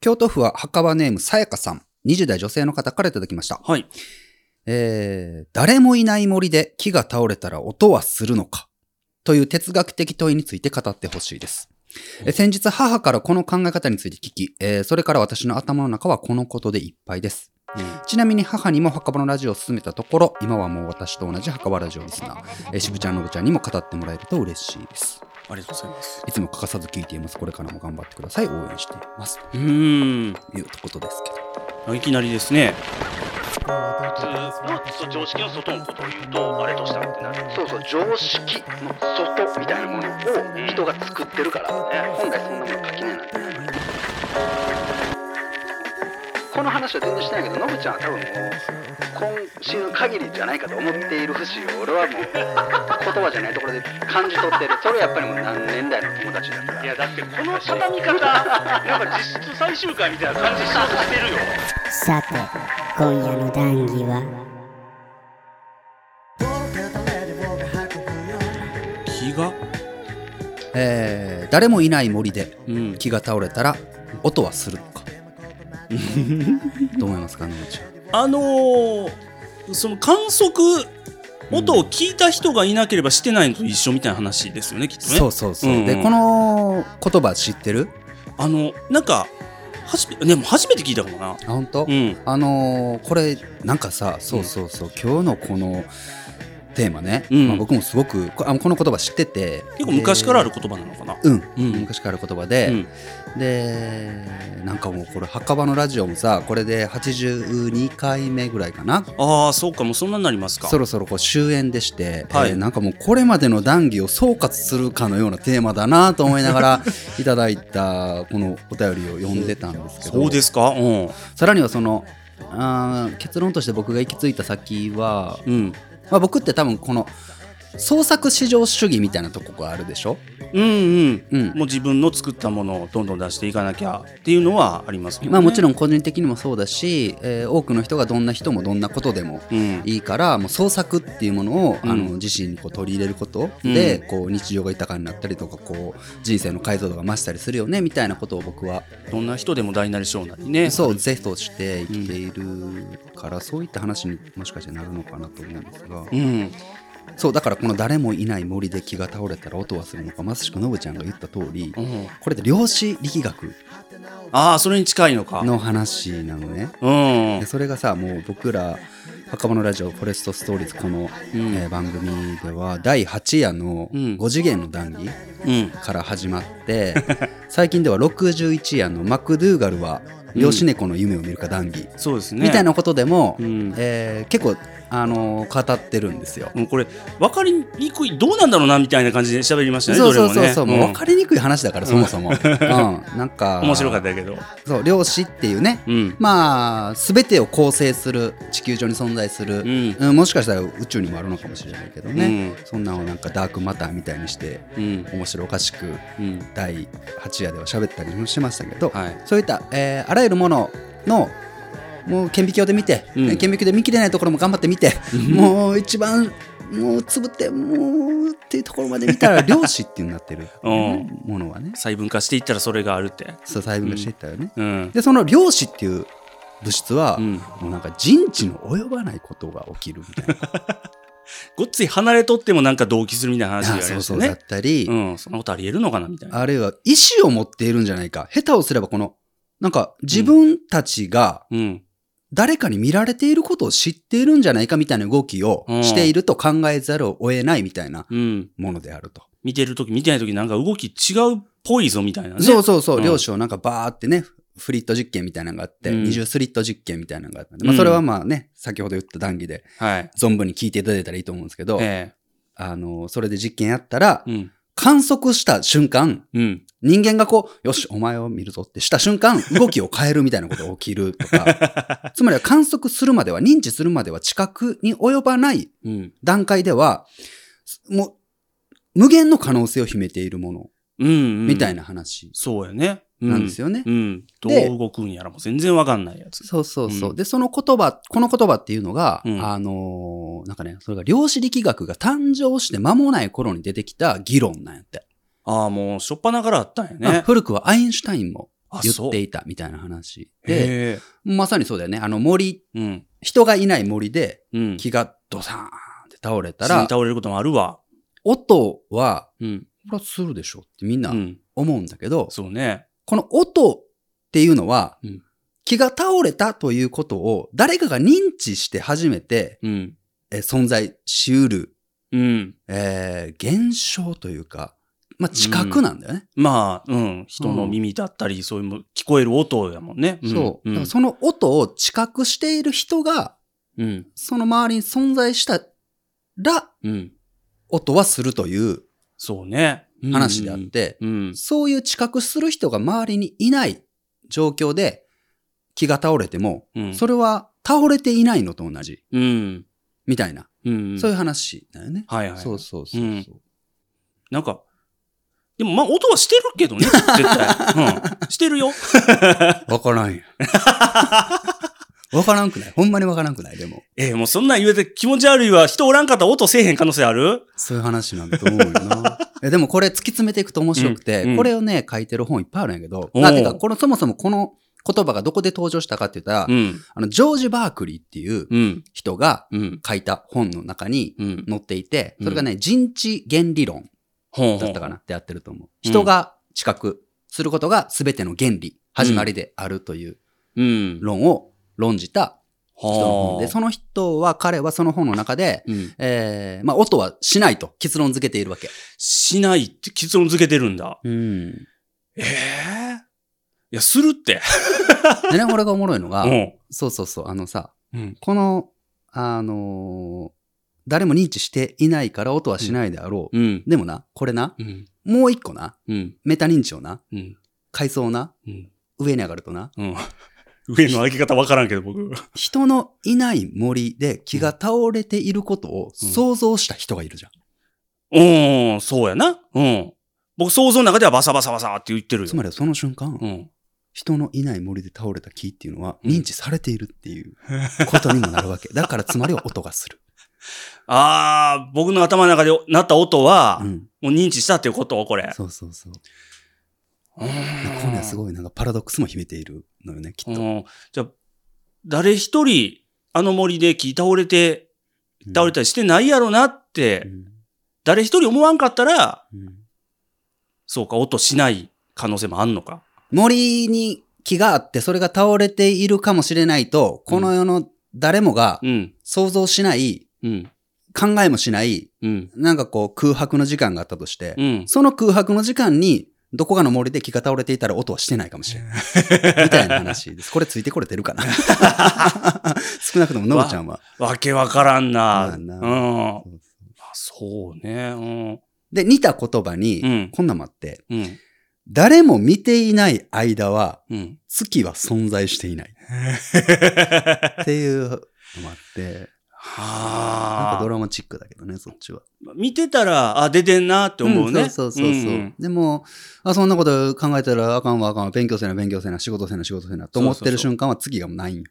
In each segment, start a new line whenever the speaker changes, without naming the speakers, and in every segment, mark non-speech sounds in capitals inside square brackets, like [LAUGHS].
京都府は墓場ネームさやかさん。20代女性の方からいただきました。
はい。
えー、誰もいない森で木が倒れたら音はするのかという哲学的問いについて語ってほしいです。えー先日母からこの考え方について聞き、えーそれから私の頭の中はこのことでいっぱいです。ちなみに母にも墓場のラジオを勧めたところ、今はもう私と同じ墓場ラジオリスナー、えー、渋ちゃん、のぶちゃんにも語ってもらえると嬉しいです。
ありがとうございます。
いつも欠かさず聞いています。これからも頑張ってください。応援しています。
うーん。
ということですけど。
いきなりですね。
普通もっと常識の外のことを言うとあれとしたってなる
そうそう常識の外みたいなものを人が作ってるから、ね、本来そんなもの垣根なんてないこの話は全然してないけどノブちゃんは多分もう今週の限りじゃないかと思っている節を俺はもう言葉じゃないところで感じ取ってるそれはやっぱりもう何年代の友達だから
いやだってこの畳み方なんか実質最終回みたいな感じしようとしてるよ
さて今夜の談義は
気が。
えー、誰もいない森で
うん。
木が倒れたら音はするの
[LAUGHS]
か。どう思いますか、のぶちゃん。
あのー、その観測。音を聞いた人がいなければしてないのと一緒みたいな話ですよね、きっとね。
そうそうそう。
うんうん
で、この言葉知ってる
あの、なんか、はじめ、でも初めて聞いたかもな。
あ、本当、
うん。
あのーこれ、なんかさ、そうそうそう、今日のこのテーマね、
うん
まあ、僕もすごくこあこの言葉知ってて。
結構昔からある言葉なのかな。
で。うん。
うん。
昔からある言葉で、
うん
でなんかもうこれ墓場のラジオもさこれで82回目ぐらいかな
ああ、そうか、もうそんなになりますか。
そろそろこう終焉でして、
はい
えーなんかもうこれまでの談義を総括するかのようなテーマだなと思いながら [LAUGHS] いただいたこのお便りを読んでたんですけど
そうですか。うん。
さらにはそのあー結論として僕が行き着いた先は、
うん。
まあ、僕って多分この創作至上主義みたいなとこがあるでしょ、
うんうん。
うん、
もう自分の作ったものをどんどん出していかなきゃっていうのはありますけどね。
まあ、もちろ
ん。
ん個人的にもそうだし、えー多くの人がどんな人もどんなことでも
うん。
いいからもう創作っていうものを、
うん
あの自身にこう取り入れることで、
う
こう日常が豊かになったりとかこう人生の解像度が増したりするよねみたいなことを僕は
どんな人でも大なり小なりね。
そう是として生きているから、そういった話にもしかしてなるのかなと思うんですが、
うん。
そうだからこの「誰もいない森で木が倒れたら音はするのか」まさしくノブちゃんが言った通り、
うん。
これで量子力学
ああ、それに近いのか。
の話なのね。
うん
で。それがさもう僕ら墓場のラジオ「フォレストストーリーズ」この、
うん
えー番組では第8夜の
うん
5次元の談義
うん。
から始まって、 [LAUGHS] 最近では61夜のマクドゥーガルは
うん
養子猫の夢を見るか談義、
そうですね。
みたい。なことでも、
うん。
えー結構、あのー語ってるんですよ。
もうこれ、分かりにくい、どうなんだろうなみたいな感じで喋りましたね、
そうそうそうそう、もう
どれも
分
ね
かりにくい話だから、そもそも、うん、なんか
面白かったけど。
そう量子っていうね
うん。
まあ全てを構成する地球上に存在する、
うん。
うん、もしかしたら宇宙にもあるのかもしれないけど
う
ね、
ん。
そんなのをなんかダークマターみたいにして
うん。
面白おかしく
うん。
第8夜では喋ったりもしましたけど、
はい。
そういった、えーあらゆるもののもう顕微鏡で見て、
うん
えー顕微鏡で見切れないところも頑張って見て、もう一番もうつぶってもうっていうところまで見たら量子っていうなってる
うん
ものはね
細分化していったらそれがあるって。
そう細分化していったよね。
うん。
でその量子っていう物質は、
うん。
もうなんか人知の及ばないことが起きるみたいな。
ごっつい離れとってもなんか同期するみたいな話があ
あ
り
そ
ま
う
した
そ
よ
う
ね。
だったり、
うん、そんなことありえるのかなみたいな。
あるいは意思を持っているんじゃないか。下手をすればこの、なんか自分たちが
うん。
誰かに見られていることを知っているんじゃないかみたいな動きを
うん
していると考えざるを得ないみたいな
うん。
ものであると。
見てるとき、見てないときなんか動き違うっぽいぞみたいなね。
そうそうそうう、
ん
両親をなんかバーってね、フリット実験みたいなのがあって、
うん
二重スリット実験みたいなのがあって、
う
まあ
ん
それはまあね、先ほど言った談義で
はい。
存分に聞いていただいたらいいと思うんですけど、
え
あの、それで実験やったら
え、うん。
観測した瞬間、
うん。
人間がこう、よし、お前を見るぞってした瞬
[LAUGHS]
間、動きを変えるみたいなことが起きるとか、つまりは観測するまでは、認知するまでは、知覚に及ばない
うん。
段階では、もう、無限の可能性を秘めているもの、
うん、うん。
みたい
な。
な話
そうやね。う
なんです
よ。
よね。
うん。ど
で
う動くんやらも全然わかんないやつ。
そうそうそう。
うん
で、その言葉、この言葉っていうのが、
うん
あのーなんかね、それが量子力学が誕生して間もない頃に出てきた議論なんやって。
ああ、もう、しょっぱなからあったんや
まあ
ね。
古くはアインシュタインも
あ
言
そう
っていたみたいな話で、
へ
まさにそうだよね。あの森、
えうん。
人がいない森で
うん。
木がドサーンって倒れた
普通に
ら、
倒れることもあるわ。
音は、
うん。
これはするでしょってみん
う。
なん思うんだけど、
そうね。
この音っていうのは、
うん
木が倒れたということを誰かが認知して初めて、
うん。
えー存在しうる、
うん。
えー現象というか、まあ、知覚なんだよね。
まあ、うん。人の耳だったり、そういうも聞こえる音やもんね。ん
そう。だか
うん
ら。その音を知覚している人が、
うん。
その周りに存在したら、
うん。
音はするという
そうね。うん
話であっ。て、
うん。
そういう知覚する人が周りにいない状況で、木が倒れても、
うん。
それは倒れていないのと同じ、
うん。
みたいな、
うん。
そういう話だよね。
はいはい。
そうそうそうそう、
うんなんか、でもまあ音はしてるけどね、絶対。うん。してるよ。
わからんや。わからんくないほんまにわからんくないでも。
ええもうそんなん言うて気持ち悪いわ。人おらんかったら音せえへん可能性ある
そういう話なんだと思うよ
[LAUGHS]
な。えでもこれ突き詰めていくと面白くて、
うんうん
これをね、書いてる本いっぱいあるんやけど、
おう
まあ、てか、このそもそもこの言葉がどこで登場したかって言ったら、
うん。
あの、ジョージ・バークリーっていう
うん。
人が
うん。
書いた本の中に
うん。
載っていて、
うん
それがね、人知原理論
ほん
だ
ほん
ったかなってやってると思う。人が知覚することが全ての原理、始まりであるという
うん。
論を論じた
人
人の本で、その人は、彼はその本の中で、
うん。
えー、まあ、音はしないと結論付けているわけ。
しないって結論付けてるんだ。
うん。
ええいや、するって。
でね、俺がおもろいのが、
うん。
そうそうそう、あのさ、
うん。
この、あのー誰も認知していないから音はしないであろう。
うん。
でもな、これな、
うん。
もう一個な、
うん。
メタ認知をな、
うん。
階層な、
うん。
上に上がるとな、
うん。上の上げ方わからんけど、僕。
人のいない森で木が倒れていることを想像した人がいるじゃん。
うん、そうやな。うん。僕、想像の中ではバサバサバサって言ってるよ。
つまりはその瞬間、
うん。
人のいない森で倒れた木っていうのは
うん
認知されているって
[LAUGHS]
いうことにもなるわけ。だからつまりは音がする。
ああ、僕の頭の中でなった音は、
うん。
もう認知したっていうことこれ。
そうそうそう。
うん。
これはすごいなんかパラドックスも秘めているのよね、きっと。
うんじゃあ、誰一人、あの森で木倒れて、倒れたりしてないやろなって、誰一人思わんかったら、
うんうん
そうか、音しない可能性もあんのか。
森に木があって、それが倒れているかもしれないと、この世の誰もが
うん、
想像しない、
うん、
考えもしない、
うん、
なんかこう空白の時間があったとして
う、ん。
その空白の時間に、どこかの森で木が倒れていたら音はしてないかもしれない。みたいな話です。これついてこれてるかな [LAUGHS] 少なくとものぶちゃんは。
わけわからんな。
まあな
うん。
そうそ
あそうね。
うで、似た言葉に、
うん
こんなんもあって、
うん。うん。
誰も見ていない間は、
うん。
月は存在していない。っていうのもあって、なん
は
か
あ
ド。ラマチックだけどね、そっちは。
見てたら、あ、出てんなって思うね。
んそうそうそうそう。
ん
でも、あ、そんなこと考えたらあかんわあかんわ、勉強せな勉強せな、仕事せな仕事せな、と思ってる瞬間は月がもうないんよ。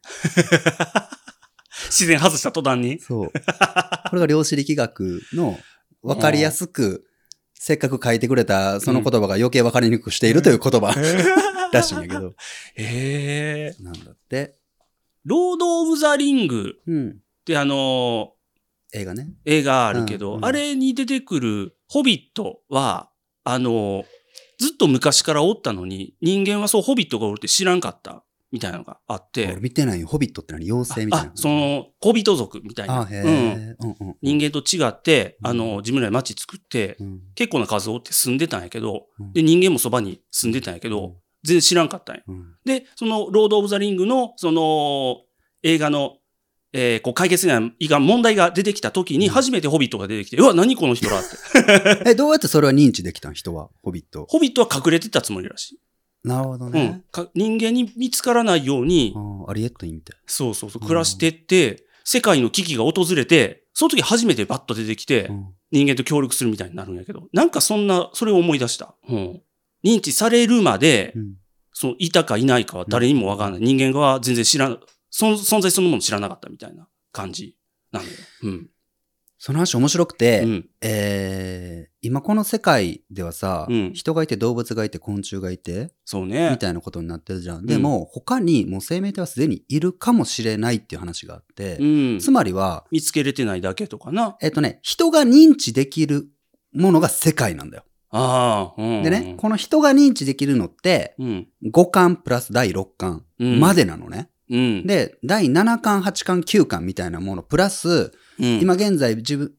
自然外した途端に。
そう。これが量子力学の分かりやすく、せっかく書いてくれたその言葉が余計分かりにくくしているという言葉らしいんやけど。
へえ。
なんだって。
ロード・オブ・ザ・リング
うん。
ってあの
映画ね。
ー映画あるけど、
うんうん
あれに出てくるホビットは、あのーずっと昔からおったのに、人間はそう、ホビットがおるって知らんかった、みたいなのがあっ
俺
て、
見てないよ。ホビットって何妖精みたい
あ
な、。
そ。の、小人族みたいな。
あ、へ
うん。
え、うん。うん
人間と違って、
うん
あのー自分らで街作って、
うん。
結構な数おって住んでたんやけど
うん、
で、人間もそばに住んでたんやけど、全然知らんかったんや。
うん。
で、その、ロード・オブ・ザ・リングの、その、映画の、えーこう、解決せないがん問題が出てきた時に、
うん
初めてホビットが出てきて、うわ、何この人ら
[LAUGHS]
って。
え、どうやってそれは認知できたん人は、ホビット。
ホビットは隠れてたつもりらしい。
なるほど
う
ね
ん。。か人間に見つからないように、
あーアリエットインみたい
そうそうそう、暮らしてって、世界の危機が訪れて、その時初めてバッと出てきて、
な。うん
人間と協力するみたいになるんやけど、なんかそんな、それを思い出した。うん。認知されるまで、
うん。
そのいたかいないかは誰にもわからない。人間は全然知らん、そ存在そのもの知らなかったみたいな感じなんだよ。うん。
その話面白くて、
うん。
えー、今この世界ではさ、
うん
人がいて動物がいて昆虫がいて、
そうね。
みたいなことになってるじゃん。でも、他にもう生命体はすでにいるかもしれないっていう話があって、
うん。
つまりは、
見つけれてないだけとかな。
えっ、とね、人が認知できるものが世界なんだよ。
ああ、うん。
でね、この人が認知できるのって、
うん。
5巻プラス第6巻
うん。
までなのね。
うん。
で、第7巻、8巻、9巻みたいなもの、プラス、
うん、
今現在自分、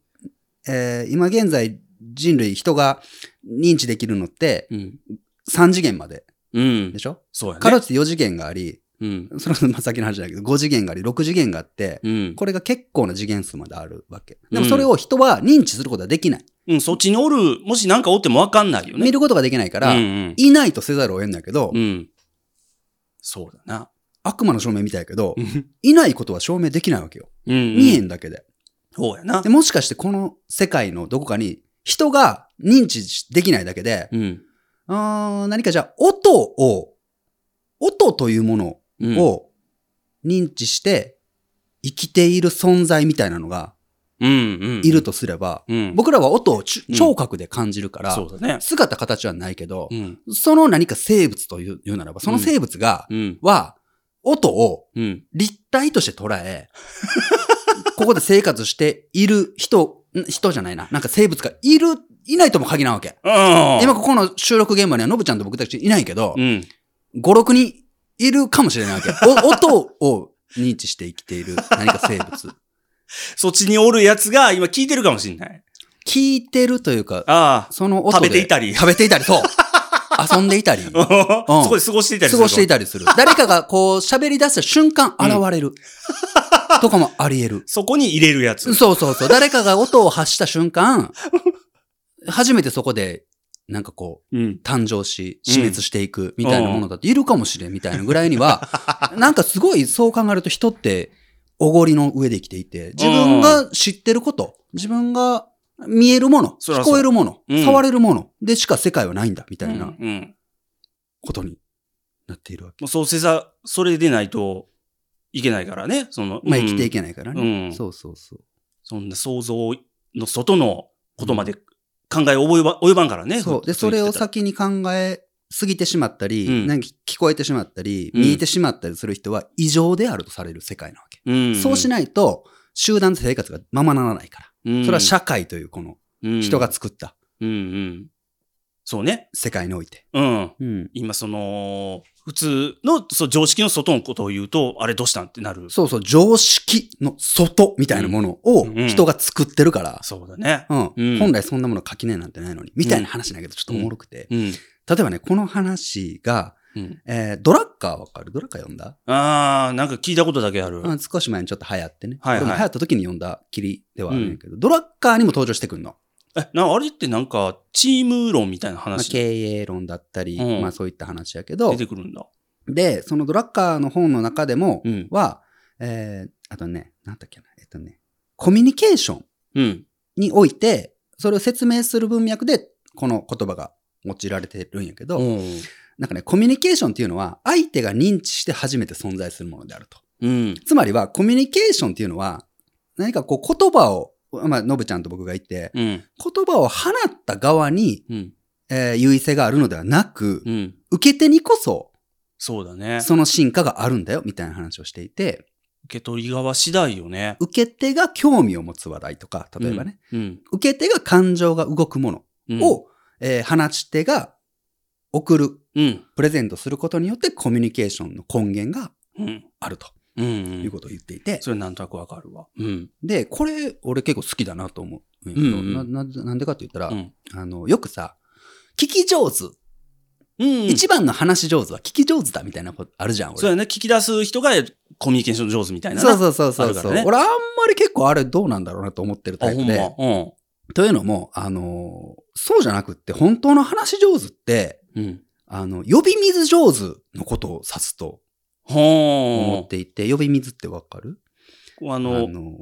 えー今現在人類、人が認知できるのって
うん。
3次元まで
うん
で。しょ
そうや
かろ
ね
う。じて4次元があり、
うん。
それはさっきの話だけど、5次元があり、6次元があって、
うん。
これが結構な次元数まであるわけ。で
う
も
ん
それを人は認知することはできない。
うん。そっちにおる、もし何かおってもわかんないよね。
見ることができないから、
うんうん。
いないとせざるを得んだけど、
うん。そうだな。
悪魔の証明みたいやけど、
うん。
いないことは証明できないわけよ。
うん
見えんだけで。
そうやな
で。もしかしてこの世界のどこかに人が認知できないだけで、
うん。
うーん、何かじゃあ音を、音というもの
うん。
を認知して生きている存在みたいなのが
うん。うん。
いる。とすれば、
うん。
僕らは音をちゅ
うん
聴覚で感じるから、
そうだね。
[LAUGHS] 姿形はないけど
う、ん。
その何か生物という言うならば、その生物が、
うん。
は、音を
うん。
立体として捉
[LAUGHS]
え、ここで生活している人、ん人じゃないな、なんか生物がいる、いないとも限らんわけ。
ああ
今ここの収録現場にはのぶちゃんと僕たちいないけど
う、ん。
5、6人いるかもしれないわけ。お [LAUGHS] 音を認知して生きている何か生
[LAUGHS]
物。
そっちにおるやつが今聞いてるかもしんない。
聞いてるというか、
ああ。
その音で。
食べていたり
食べていたり、
[LAUGHS]
そう。遊んでいたり。
そこで過ごしていたり
過ごしてい
た。
たり
[LAUGHS]
する。誰かがこう喋り出した瞬間現れる。とかもあり得る。
そこに入れるやつ。
そうそうそう。誰かが音を発した瞬間、初めてそこで、なんかこう、
うん。
誕生し、死滅していくみたいなものだっているかもしれんみたいなぐらいに
[LAUGHS]
は、なんかすごいそう考えると人っておごりの上で生きていて、自分が知ってること、自分が見えるもの、
そり
聞
ゃそう
こえるもの、
うん
触れるものでしか世界はないんだみたいな
うん。
ことになっているわけ。
もうそうせざ、それでないといけないからね。その、
まあ生きてい
け
けないから
う
ね。
ん
そうそうそう。
そんな想像の外のことまで考え及ば及ばんからね。
そう。で、
普通
そ
に
れ
言
を
ってたら
先に考えすぎてしまったり、
うん
なんか聞こえてしまったり、
うん
見えてしまったりする人は異常であるとされる世界なわけ。
うん
そうしないと、集団生活がままならないから。
うん
それは社会というこの
うん
人が作った
うんうん。そうね。
世界において。
うん。
うん。
今その、普通のそう常識の外のことを言うと、あれどうしたんってなる。
そうそう、常識の外みたいなものを
うん
人が作ってるから、
そうだね。
うん。
うん
本来そんなもの垣根なんてないのに、みたいな話なんやけど、ちょっとおもろくて。
うん。
例えばね、この話が、
うん
えードラッカーわかるドラッカー読んだ
ああ、なんか聞いたことだけある。
うん、少し前にちょっと流行ってね。
はいは
こ
い
れも流行った時に読んだきりではあるんやけど、ドラッカーにも登場してくるの。
え、な、あれってなんか、チーム論みたいな
まあ、
話
経
出
営論だったり、
うん
まあそういった話やけど、
てくるんだ。
で、そのドラッカーの本の中でも
うん。
は、えー、あとね、なんだっけな、えっとね、コミュニケーション
うん。
において、それを説明する文脈で、この言葉が用いられてるんやけど、
うん
なんかね、コミュニケーションっていうのは、相手が認知して初めて存在するものであると。
うん。
つまりは、コミュニケーションっていうのは、何かこう言葉を、まあ、のぶちゃんと僕がいて、
うん。
言葉を放った側に、
うん。
えー優位性があるのではなく、
うん。
受け手にこそ、
そうだね。
その進化があるんだよ、みたいな話をしていて、
受け取り側次第よね。
受け手が興味を持つ話題とか、例えばね、
うん。
受け手が感情が動くもの
うん、
を、えー放ち手が送る、
うん。
プレゼントすることによって、コミュニケーションの根源が
うん。
あると
うん。
いうことを言っていて、
それなんとなくわかるわ。うん。
で、これ、俺結構好きだなと思うんやけど、
うんうん
なななんでかって言ったら、
うん。
あの、よくさ、聞き上手、
うん。
一番の話上手は聞き上手だみたいなことあるじゃん、俺。
そうやね。聞き出す人がコミュニケーション上手みたいな。
そう
う。
そうそうそう
ある
そ
か
う、
らね
俺あんまり結構あれどうなんだろうなと思ってる
あ、
タイ
ほ
プ
んま。
で。というのも、あのーそうじゃなくって、本当の話上手って、
うん。うん。
あの、呼び水上手のことを指すと思
ほ
っていて、呼び水ってわかる
ーん。あ
あ
の
の、ー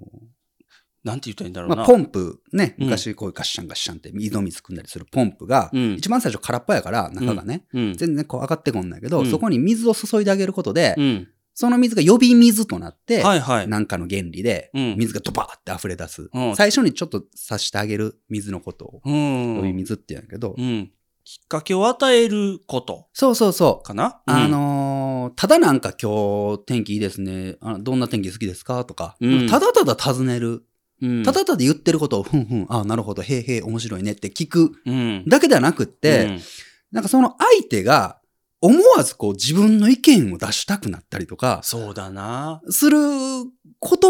なんて言ったらいいんだろう
ま
な。
あ、ポンプね、
うん
昔こういうガッシャンガッシャンって井戸水汲んだりするポンプが、
うん
一番最初空っぽやから、中がね、
うん。
全然こう上がってこんないけど、
うん
そこに水を注いであげることで、
うん。
その水が呼び水となって、
はいはい。
なんかの原理で、
うん
水がドバーって溢れ出す。
うん
最初にちょっとさしてあげる水のことを、
うん。
呼び水って言うんやけど、
うん。きっかけを与えること
そうそうそう。
かな
あ、のーただなんか今日天気いいですね。あどんな天気好きですかとか、
うん
ただただ尋ねる。
うん、
た、だただ言ってることを、ふんふん、あなるほど、へいへい、面白いねって聞く
うん。
だけではなくって、
うん、
なんかその相手が思わずこう自分の意見を出したくなったりとか、
そうだな。
する言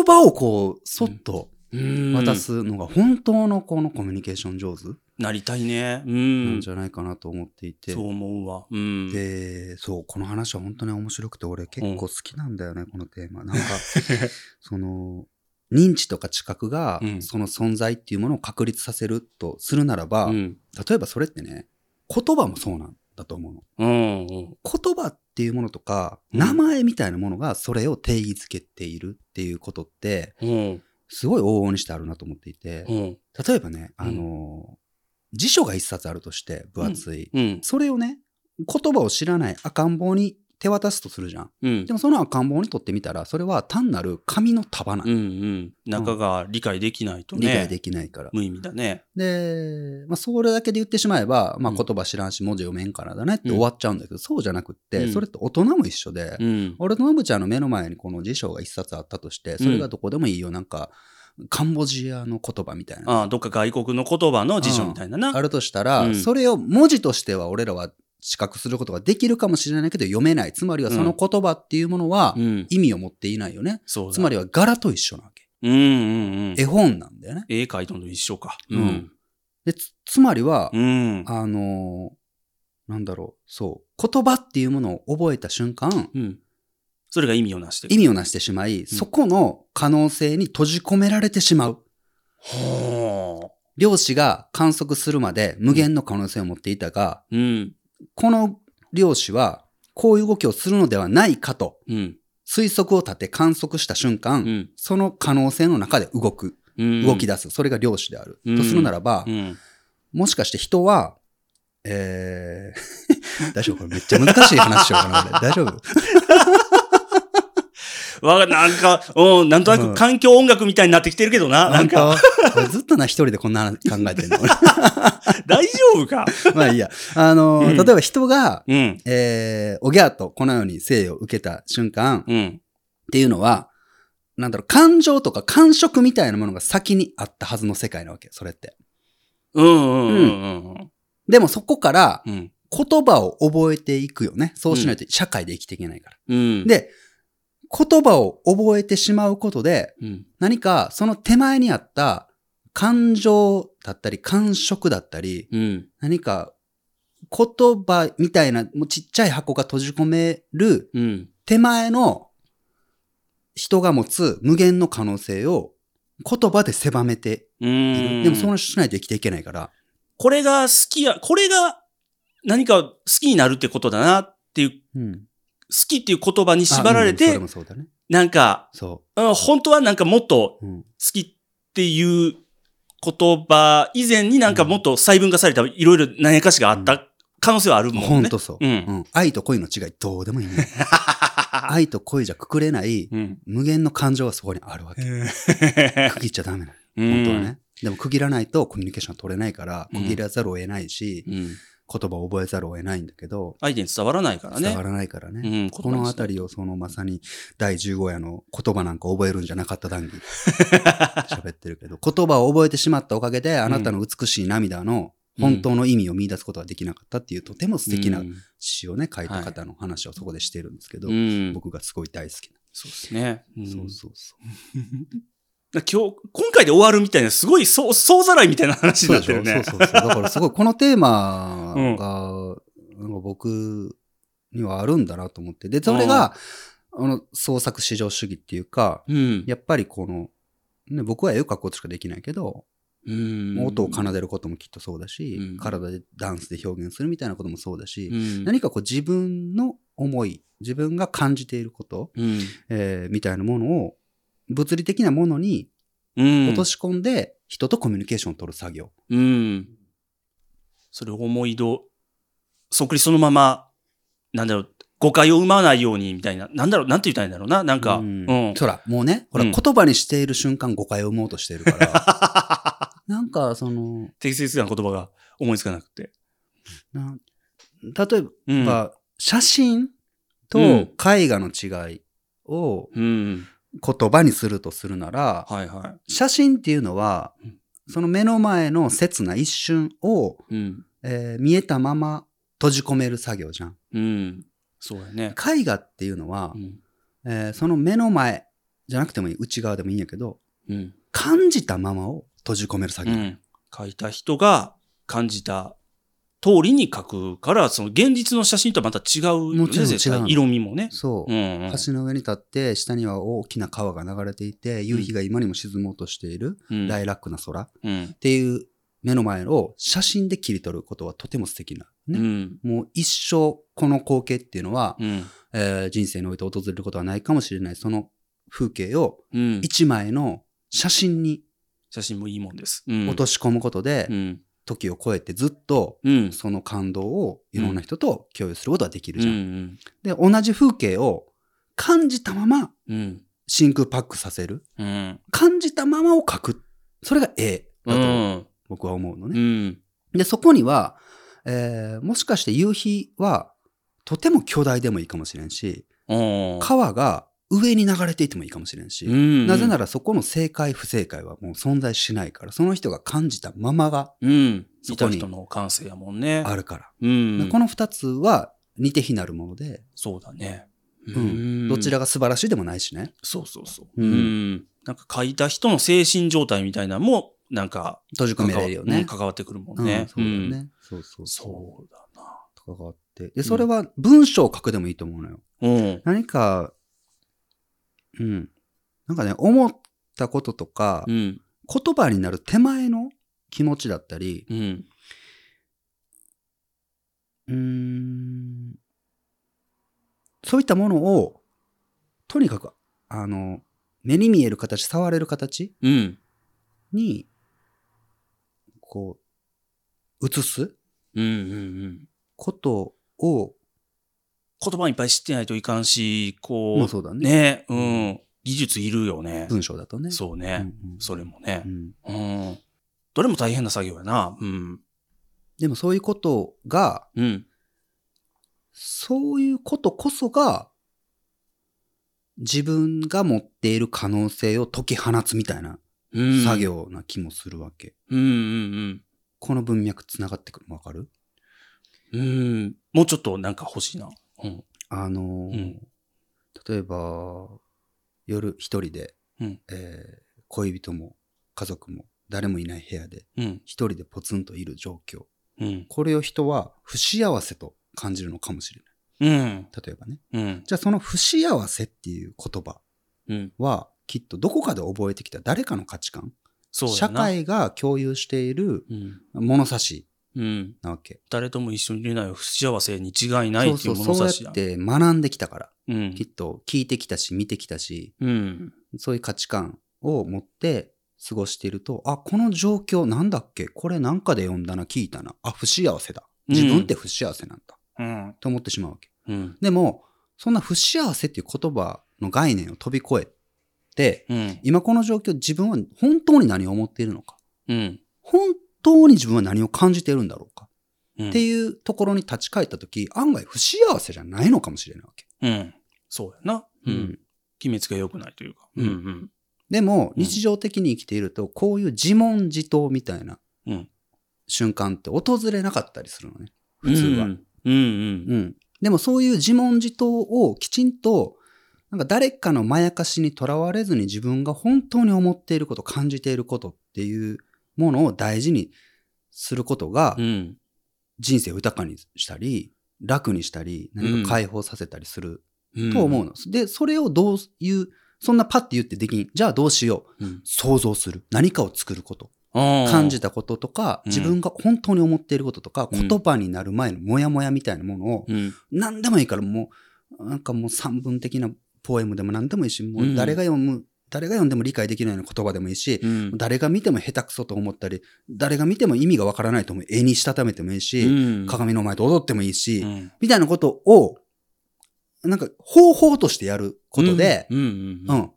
葉をこう、そっと
うん
渡。すのが本当のこのコミュニケーション上手
なりたいね。う
なん
ん。
じゃないかなと思っていて。
そう思うわ。うん。
で、そう、この話は本当に面白くて、俺結構好きなんだよね、このテーマ。なんか、
[LAUGHS]
その、認知とか知覚が
う、ん
その存在っていうものを確立させるとするならば、
うん。
例えばそれってね、言葉もそうなんだと思うの。
うん。うん
言葉っていうものとか、
うん
名前みたいなものがそれを定義づけているっていうことって、
うん。
すごい往々にしてあるなと思っていて、
うん。
例えばね、あのー辞書が一冊あるとして、分厚い。
うん。
それをね、言葉を知らない赤ん坊に手渡すとするじゃん。
うん
で。もその赤ん坊にとってみたら、それは単なる紙の束なん
うん。うん。中が理解できないとね。
理解できないから。
無意味だね。
で、まあ、それだけで言ってしまえば、まあ、
うん
言葉知らんし文字読めんからだねって
うん
終わっちゃうんだけど、そうじゃなくって、
うん
それって大人も一緒で、
うん。
俺とノブちゃんの目の前にこの辞書が一冊あったとして、それがどこでもいいよ、なんか、カンボジアの言葉みたいな。
ああ、どっか外国の言葉の辞書みたいなな。
あるとしたら、
うん
それを文字としては俺らは知覚することができるかもしれないけど読めない。つまりはその言葉っていうものは
うん。
意味を持っていないよね。
そうだ。
つま
り、
りは柄と一緒なわけ。
うんうんうん。
絵本なんだよね。
絵描いたのと一緒か。
うん。で、つつまりは、
うん。
あのーなんだろう、そう、言葉っていうものを覚えた瞬間、
うん。それが意味をなしてる。
意味をなしてしまい、そこの可能性に閉じ込められてしまう。
ほ
量子が観測するまで無限の可能性を持っていたが、
う。うん。
この量子はこういう動きをするのではないかと
うん。
推測を立て観測した瞬間、
うん。
その可能性の中で動く、
うん。
動き。出す、それが量子である。
うん
とするならば、
うん。
もしかして人は、えー、 [LAUGHS] 大丈夫これめっちゃ難しい話しようかな、俺。大丈
[LAUGHS]
夫
わかなんか、うん、なんとな
うん
く環境音楽みたいになってきてるけどな。なんか、
本当俺ずっとな、一人でこんな話考えてんの。 [LAUGHS] 俺
大丈夫か。
まあいいや。あのー、
うん
例えば人が、
うん。
えー、おぎゃーとこのように生を受けた瞬間、
うん。
っていうのは、なんだろう、感情とか感触みたいなものが先にあったはずの世界なわけ、それって。
うんうんうんうん。
でもそこから
うん。
言葉を覚えていくよね。そうしないと社会で生きていけないから。
うん。、
で、言葉を覚えてしまうことで、
うん。
何かその手前にあった感情だったり感触だったり、
うん。
何か言葉みたいなもうちっちゃい箱が閉じ込める
うん。
手前の人が持つ無限の可能性を言葉で狭めてい
う
る。
ん。
でもそのしないと生きていけないから。
これが好きや、これが何か好きになるってことだなっていう、好
うん。
きっていう言葉に縛られ
あうん
て
それも、そうだね。
なんか、
そ
うん本当はなんかもっと
う。うん。
好きっていう言葉以前になんかもっと細分化されたいろいろ何やかしがあった可能性はあるもんね。
ほんとそう。
うん
ん。愛と恋の違いどうでもいいね。愛と恋じゃくくれない
うん。
無限の感情はそこにあるわけ。 [LAUGHS] 区切っちゃダメなの。
うん
本当はね。でも区切らないとコミュニケーション取れないから、
うん
区切らざるを得ないし、
うん。
言葉を覚えざるを得ないんだけど、
相手に伝わらないからね。
伝わらないからね。
うん、
このあた
り。
りをそのまさに第15夜の言葉なんか覚えるんじゃなかった
[LAUGHS]
談義喋ってるけど言葉を覚えてしまったおかげであなたの美しい涙の本当の意味を見出すことができなかったっていうとても素敵な
うん。
詩をね書いた方の話をそこでしてるんですけど、
うん
僕がすごい大好きな、
そうですね。うん
そうそうそ
今日、今回で終わるみたいな、すごい総総ざらいみたいな
う
話になってるね。
そうでしょそうそうそうだからすごいこのテーマが、なんか僕にはあるんだなと思ってでそれが、あの創作至上主義っていうか、
うん。
やっぱりこの、ね、僕は絵を描くことしかできないけど、
うん
音を奏でることもきっとそうだし、
うん
体でダンスで表現するみたいなこともそうだし、
うん
何かこう自分の思い、自分が感じていること、
うん。
えーみたいなものを、物理的なものに
うん。
落とし込んで、人とコミュニケーションを取る作業。
うん。それを思いど、そっくりそのまま、なんだろう、誤解を生まないようにみたいな、なんだろう、なんて言ったらいいんだろうな、なんか、
う
うんん。
そら、もうね、ほら、
うん
言葉にしている瞬間誤解を生もうとしてるから。
[LAUGHS]
なんか、その、
適切な言葉が思いつかなくて。
な例え
うん。
ば、写真と
うん
絵画の違いを
うん。
言葉にするとするなら、
はいは
写真っていうのは
うん、
その目の前の刹那一瞬を、
い。うん。
えー見えたまま閉じ込める作業じゃん。
うん。そうやね。
絵画っていうのは
う、ん。
えーその目の前じゃなくてもいい、内側でもいいんやけど、
うん。
感じたままを閉じ込める作
う
業。
ん。書いた人が感じた通りに書くから、その現実の写真とはまた違う、ね。
もちろん違う
絶対色味もね。
そう。
うん、うん。
橋の上に立って、下には大きな川が流れていて、夕日が今にも沈もうとしている
うん
大楽な空っ
うん。
ていう目の前を写真で切り取ることはとても素敵な。
う
ね。
ん。
もう一生この光景っていうのは、
うん。
えー人生において訪れることはないかもしれない。その風景を
うん。
一枚の写真に
写真もいいもんです。うん。
落とし込むことで
う、ん。
時を超えてずっと
うん。
その感動をいろんな人と共有することができる
う
じゃん。
ん。
で、同じ風景を感じたまま
うん。
真空パックさせる。
うん。
感じたままを書く。それが絵だ
う
と
ん。
僕は思うの
う
ね。
ん。
で、そこには、えーもしかして夕日はとても巨大でもいいかもしれんし、
うん。
川が上に流れていてもいいかもしれんし、
うん。
なぜな
ら、
らそこの正解不正解はもう存在しないから、その人が感じたままが
うん。
そこ
見た
に
人の感性やもんね。
あるから。
うん。
この二つは似て非なるもので、
そうだね。
うんどちら
が。
が素晴らしいでもないしね。
そうそうそうう。
ん
うん。なんか書いた人の精神状態みたいなのも、なんか、
閉じ込められるよ
う
ね
ん。関わってくるも
うんん
ね。
そうだよ
うん。
ね。そうそう
そうだな。
とかがあって。で、それは文章を書くでもいいと思うのよ。
うん。
何か、うん。なんかね、思ったこととか、
うん。
言葉になる手前の気持ちだったり、
うん。
うーん、そういったものを、とにかく、あの、目に見える形、触れる形
うん。
に、こう、映す
うん。うん。
ことを、
言葉いっぱい知ってないといかんし、こう。
もうそうだね。
ね。うん。技術いるよね。
文章だとね。
そう
う
ね。
んうん
それもね
う。ん
うん。どれも大変な作業やな。うん。
でもそういうことが、
うん。
そういうことこそが、自分が持っている可能性を解き放つみたいな
うん
作。業な気もするわけ。
うんうん
この文脈つながってくるのわかる
うん。うん。もうちょっとなんか欲しいな。うん。
あのー
うん
例えば、夜一人で、
うん
えー恋人も家族も誰もいない部屋で
うん。
一人でポツンといる状況。
うん。
これを人は不幸せと感じるのかもしれない。
うん。
例えばね。
うん。
じゃあその不幸せっていう言葉
うん。
はきっとどこかで覚えてきた誰かの価値観、
そうや
社
な。。
会が共有している
うん。
物差し
うん。
なわけ。
誰とも一緒にいれない不幸せに違いない
そう
ってい
そうう、
物
そう
差しや
やっ。て学んできたから、
うん
きっ。と聞いてきたし、見てきたし、
うん。
そういう価値観を持って過ごしていると、あ、この状況なんだっけこれなんかで読んだな、聞いたな。あ、不幸せだ。自分って不幸せなんだ。
うん。
と思ってしまうわけ。
うん。
でも、そんな不幸せっていう言葉の概念を飛び越えて、
うん。
今この状況自分は本当に何を思っているのか。
うん。
本当に自分は何を感じているんだろうか。
うん
っていうところに立ち返ったとき、案外不幸せじゃないのかもしれないわけ。
うん。そうやな。うん。鬼滅が良くないというか。
うん
うん。
でも、
うん
日常的に生きていると、こういう自問自答みたいな
うん
瞬間って訪れなかったりするのね。
うん。
普通は。
う
うん
ん。うん。
でも、そういう自問自答をきちんと、なんか誰かのまやかしにとらわれずに自分が本当に思っていること、感じていることっていうものを大事にすることが
う、ん。
人生を豊かにしたり、楽にしたり、何か解放させたりする
うん。
と思うの。で、それをどういう、そんなパッて言ってできん。じゃあどうしよう。
うん。
想像する。何かを作ること。
感
感じたこととか、
うん
自分が本当に思っていることとか、
うん
言葉になる前のモヤモヤみたいなものを、
うん。
何でもいいからもう、なんかもう散文的なポエムでも何でもいいし、も
う
うん誰が読む、誰が読んでも理解できないような言葉でもいいし、
うん。
誰が見ても下手くそと思ったり、誰が見ても意味がわからないと思う絵にしたためてもいいし、
うん
鏡の前で踊ってもいいし、
うん
みたいなことをなんか方法としてやることで、
うんうんうん
うん。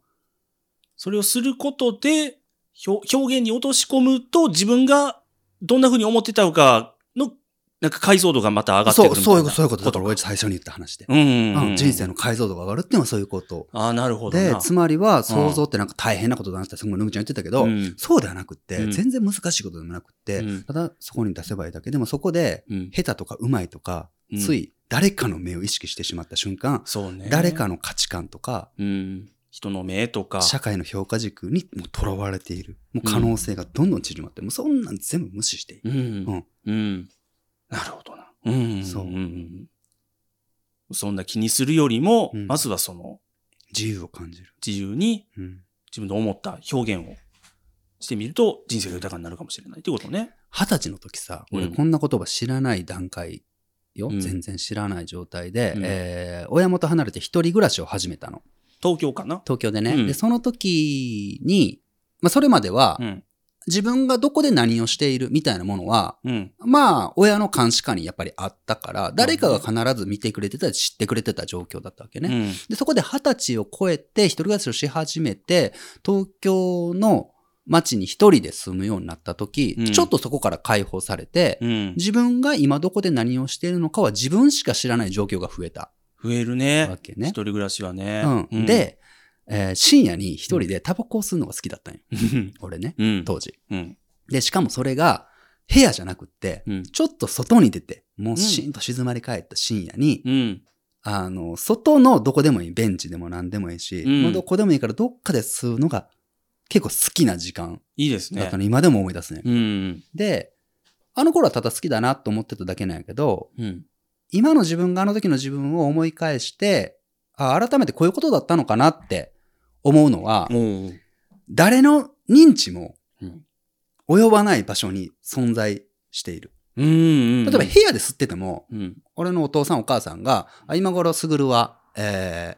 それをすることで、ひょ表現に落とし込むと、自分がどんな風に思ってたのかの、なんか解像度がまた上がってく
そ
るみ
う、
たいな。
そういうこと、そういうこと。だから俺最初に言った話で。
うんうんうん、
うん人生の解像度が上がるっていうのはそういうこと。
ああ、なるほどな。
で、つまりは想像ってなんか大変なことだなって、すごいぬぐちゃん言ってたけど、
うん
そうではなくって、
うん
全然難しいことでもなくって、
うん
ただそこに出せばいいだけ。でもそこで、
うん
下手とか上手いとか、
うん
つい誰かの目を意識してしまった瞬間、
そうね。
誰かの価値観とか、
うん。人の目とか。
社会の評価軸にもうとらわれている。もう可能性がどんどん縮まって、もうそんなん全部無視していい。
うん。うん。なるほどな。うん。
そうん
んうん。そんな気にするよりも、
うん
まずはその、
自由を感じる。
自由に
うん
自分の思った表現をしてみると、人生が豊かになるかもしれないってことね。
二十歳の時さ、
うん
俺こんな言葉知らない段階よ。
うん
全然知らない状態で、
うん
えー親元離れて一人暮らしを始めたの。
東京かな。
東京でね。
うん
で、その時に、まあ、それまでは、
うん。
自分がどこで何をしているみたいなものは、
うん。
まあ、親の監視下にやっぱりあったから、誰かが必ず見てくれてたり知ってくれてた状況だったわけね。
うん。
で、そこで二十歳を超えて一人暮らしをし始めて、東京の街に一人で住むようになった時、
うん
ちょっとそこから解放されて、
うん。
自分が今どこで何をしているのかは自分しか知らない状況が増えた
増える
わ
ね。
け
一
ね。
人暮らしはね。
うん、、で、えー深夜に一人でタバコを吸うのが好きだったんよ。
うん。
俺ね、
うん。
当時。
うん。
で、しかもそれが部屋じゃなくって、
うん。
ちょっと外に出て、もうシーンと静まり返った深夜に、
うん。
あの、外のどこでもいい、ベンチでも何でもいいし、
うん
もうどこでもいいからどっかで吸うのが結構好きな時間
いいです
だっ
ね
た。の、今でも思い出すね。
うん。
で、あの頃はただ好きだなと思ってただけなんやけど、
うん。
今の自分があの時の自分を思い返して、あ改めてこういうことだったのかなって思うのは、
おう
誰の認知も
うん
及ばない場所に存在している。
うん。うん。
例えば部屋で吸ってても、
うん。
俺のお父さんお母さんが、あ今頃すぐるは、えー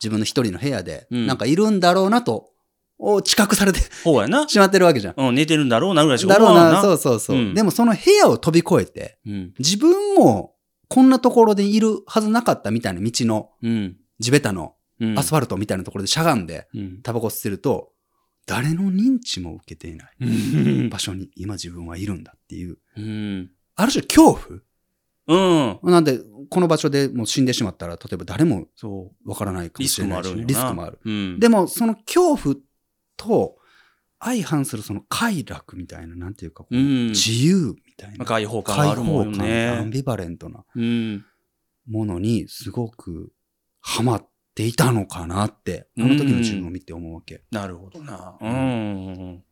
自分の一人の部屋で、
うん
なんかいるんだろうなと、お知覚されて [LAUGHS]
ほうやな。
しまってるわけじゃん。
うん、寝てるんだろうなぐらいしか
だろう
思わ
な、そううそうそう。
うん
でもその部屋を飛び越えて、
うん。
自分もこんなところでいるはずなかったみたいな道の、
うん。
地べたの
うん。
アスファルトみたいなところでしゃがんで、
うん。
タバコ吸ってると、誰の認知も受けていない
うん。
場所に今自分はいるんだっていう、
うん。
ある種恐怖
うん。
なんで、この場所でもう死んでしまったら、例えば誰も
そ。
わからないうかも
リ
し
ス
れ
ク
な
もあ
いし
るよな。
リスクもある。
うん。
でも、その恐怖と相反するその快楽みたいな、なんていうか、こう
うん。
自由みたい
まあ
な、
解放感が
開
ある
放
もん
感、アン
ね。
ビバレントな
うん。
ものにすごくハマっていたのかなって、あの時の自分を見て思うわけ。
なるほどな。うん。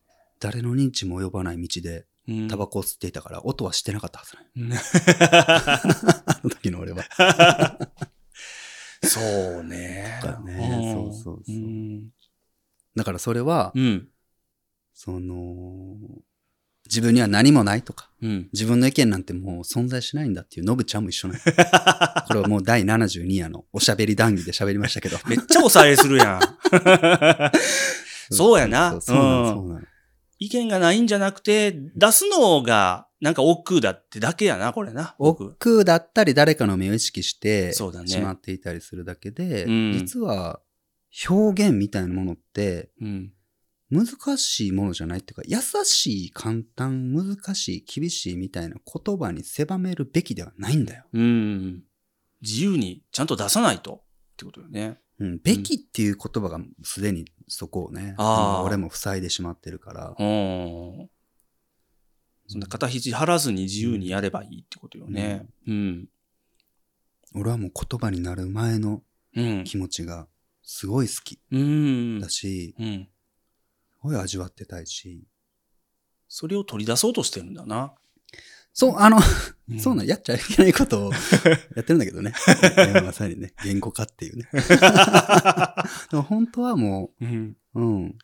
誰の認知も及ばない道で
うん。
タバコを吸っていたから、音はしてなかったはずない。
うん。
[LAUGHS] あの時の俺は。
そうね。
とかね
ん
そうそうそう
うん。
だからそれは、
うん。
その、自分には何もないとか、
うん。
自分の意見なんてもう存在しないんだっていう、のぶちゃんも一緒な
[LAUGHS]
の。これはもう第72夜のおしゃべり談義で喋りましたけど。
めっちゃおさえす
[LAUGHS]
るやん。 [LAUGHS] そうやな
そうそうなの、そうなの。
意見がないんじゃなくて、出すのが、なんか億劫だってだけやな、これな。
億劫だったり、誰かの目を意識してし
そうだね
まっていたりするだけで、
うん
実は表現みたいなものって、
うん。
難しいものじゃないっていうか、優しい、簡単、難しい、厳しいみたいな言葉に狭めるべきではないんだよ。
うん。自由にちゃんと出さないと。ってことよね。
うん、べきっていう言葉がすでにそこをね、
あー
あの俺も塞いでしまってるから、
うん。そんな肩肘張らずに自由にやればいいってことよね。うん。
俺はもう言葉になる前の
うん。
気持ちがすごい好き
うん
だ。し、
うん。
すごい味わってたいし、
それを取り出そうとしてるんだな。
そう、あの、
ん
そうなん、やっちゃいけないことを [LAUGHS] やってるんだけどね。今まさにね、言語化っていうね。でも本当はも
うん。
う、うん、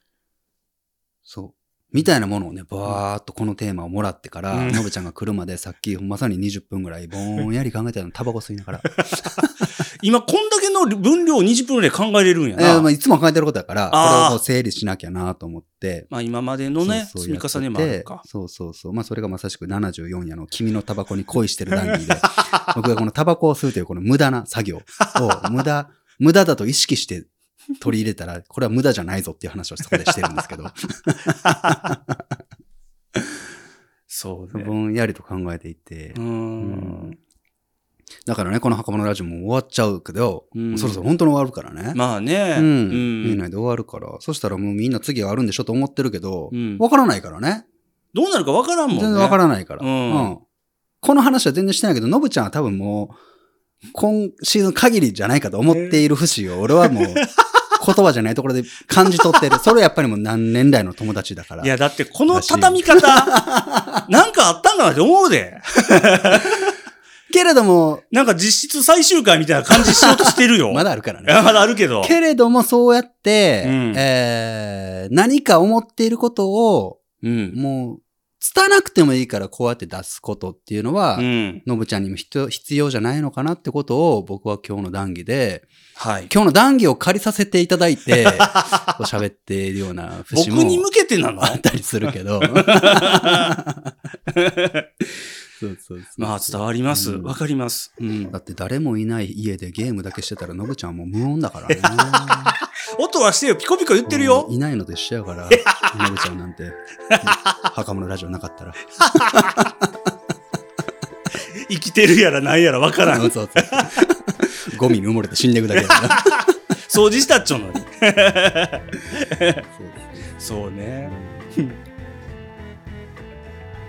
そう。みたいなものをね、ばーっとこのテーマをもらってから、
うん
のぶちゃんが来るまでさっきまさに20分ぐらいぼんやり考えてたの、タバコ吸いながら。
今、こんだけの分量を20分ぐらい考えれるんや
えー
な。
まあ、いつも考えてることだから、こ
あー
れをこう整理しなきゃなと思って。
まあ、今までのね、
そう
積
そう
み
やってて
重ねもあるか。
そうそうそう。まあ、それがまさしく74夜の君のタバコに恋してる談義
[LAUGHS]
で、僕がこのタバコを吸うというこの無駄な作業を、無駄、無駄だと意識して取り入れたら、これは無駄じゃないぞっていう話をそこでしてるんですけ
[LAUGHS]
ど、
そうね。
ぼんやりと考えていて
う、ん。
だからね、この袴のラジオも終わっちゃうけど、
うん
もうそろそろ本当に終わるからね。
まあね。
うん。
う
見
ん
ないで終わるから。そしたらもうみんな次があるんでしょと思ってるけど
う、ん
わ、からないからね。
どうなるかわからんもんね。
全然わからないから、
うん
この話は全然してないけど、ノブちゃんは多分もう、今シーズン限りじゃないかと思っている節を、俺は
[LAUGHS]
もう、言葉じゃないところで感じ取ってる。それやっぱりもう何年来の友達だから。
いや、だってこの畳み方、なんかあったんかなって思うで。
けれども、
なんか実質最終回みたいな感じしようとしてる
[LAUGHS]
よ。
まだあるから
い
ね。
やまだあるけど。
けれども、そうやって、
うん
えー何か思っていることを、
うん。
もう、伝なくてもいいからこうやって出すことっていうのは、
うん。
ノブちゃんにも必要必要じゃないのかなってことを僕は今日の談義で、
はい。
今日の談義を借りさせていただい
[LAUGHS]
て、こう喋っているような節
僕
も
に向けてなの
あったりするけど。そうそうそう
まあ、伝わります。
うん
わかります。うん
だ。って誰もいない家でゲームだけしてたら、ノブちゃんはもう無音だからね。
[LAUGHS] 音はしてよ。ピコピコ言ってるよ
うん。いないのと一緒やから、ノブちゃんなんて、
[LAUGHS]
うん袴のラジオなかったら。
生きてるやらないやらわから。
そうんそうそうゴミに埋もれて死んでいくだけだから。
掃除したっちょのに。
そう
[LAUGHS] そうね。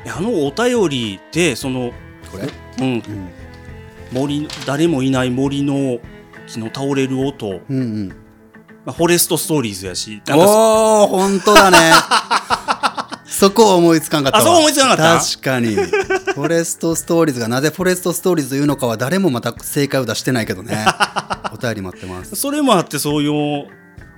いやあのお便りで、その、
これ、
うん、
うん、
森、誰もいない森の木の倒れる音、
うんうん。
まあ、フォレストストーリーズやし、なんか
おー、ほんとだね。 [LAUGHS] そこは思いつかんかったわ。
あそこ思いつかなかった
確かに。フォレストストーリーズがなぜフォレストストーリーズというのかは誰もまた正解を出してないけど
[LAUGHS]
ね。お便り待ってます。
それもあってそういう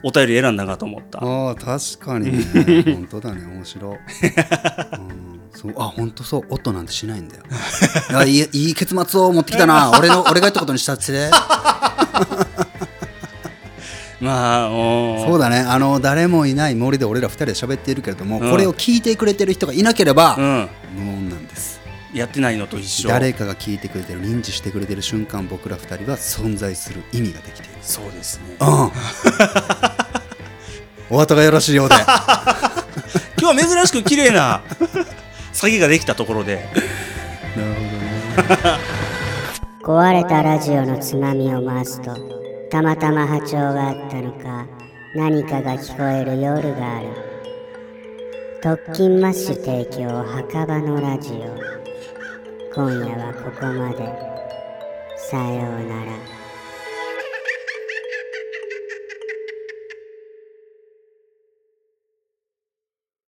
お便り選んだなと思った。
ああ、確かにね。
[LAUGHS]
ほんとだね、面白。うんそうあ本当そう音なんてしないん
[LAUGHS]
だよいやいいいい結末を持ってきたな俺の俺が言ったことにしたって
まあ、うん
そうだねあの誰もいない森で俺ら二人で喋っているけれども、
うん
これを聞いてくれてる人がいなければ、
うん。
無音なんです
やってないのと一緒。
誰かが聞いてくれてる認知してくれてる瞬間僕ら二人は存在する意味ができている
[LAUGHS] そうですね。
うんお後がよろしい
[LAUGHS]
ようで
今日は珍しく綺麗な [LAUGHS] 詐欺ができたところで。
壊れたラジオのつまみを回すとたまたま波長があったのか何かが聞こえる夜がある特勤マッシュ提供墓場のラジオ今夜はここまでさようなら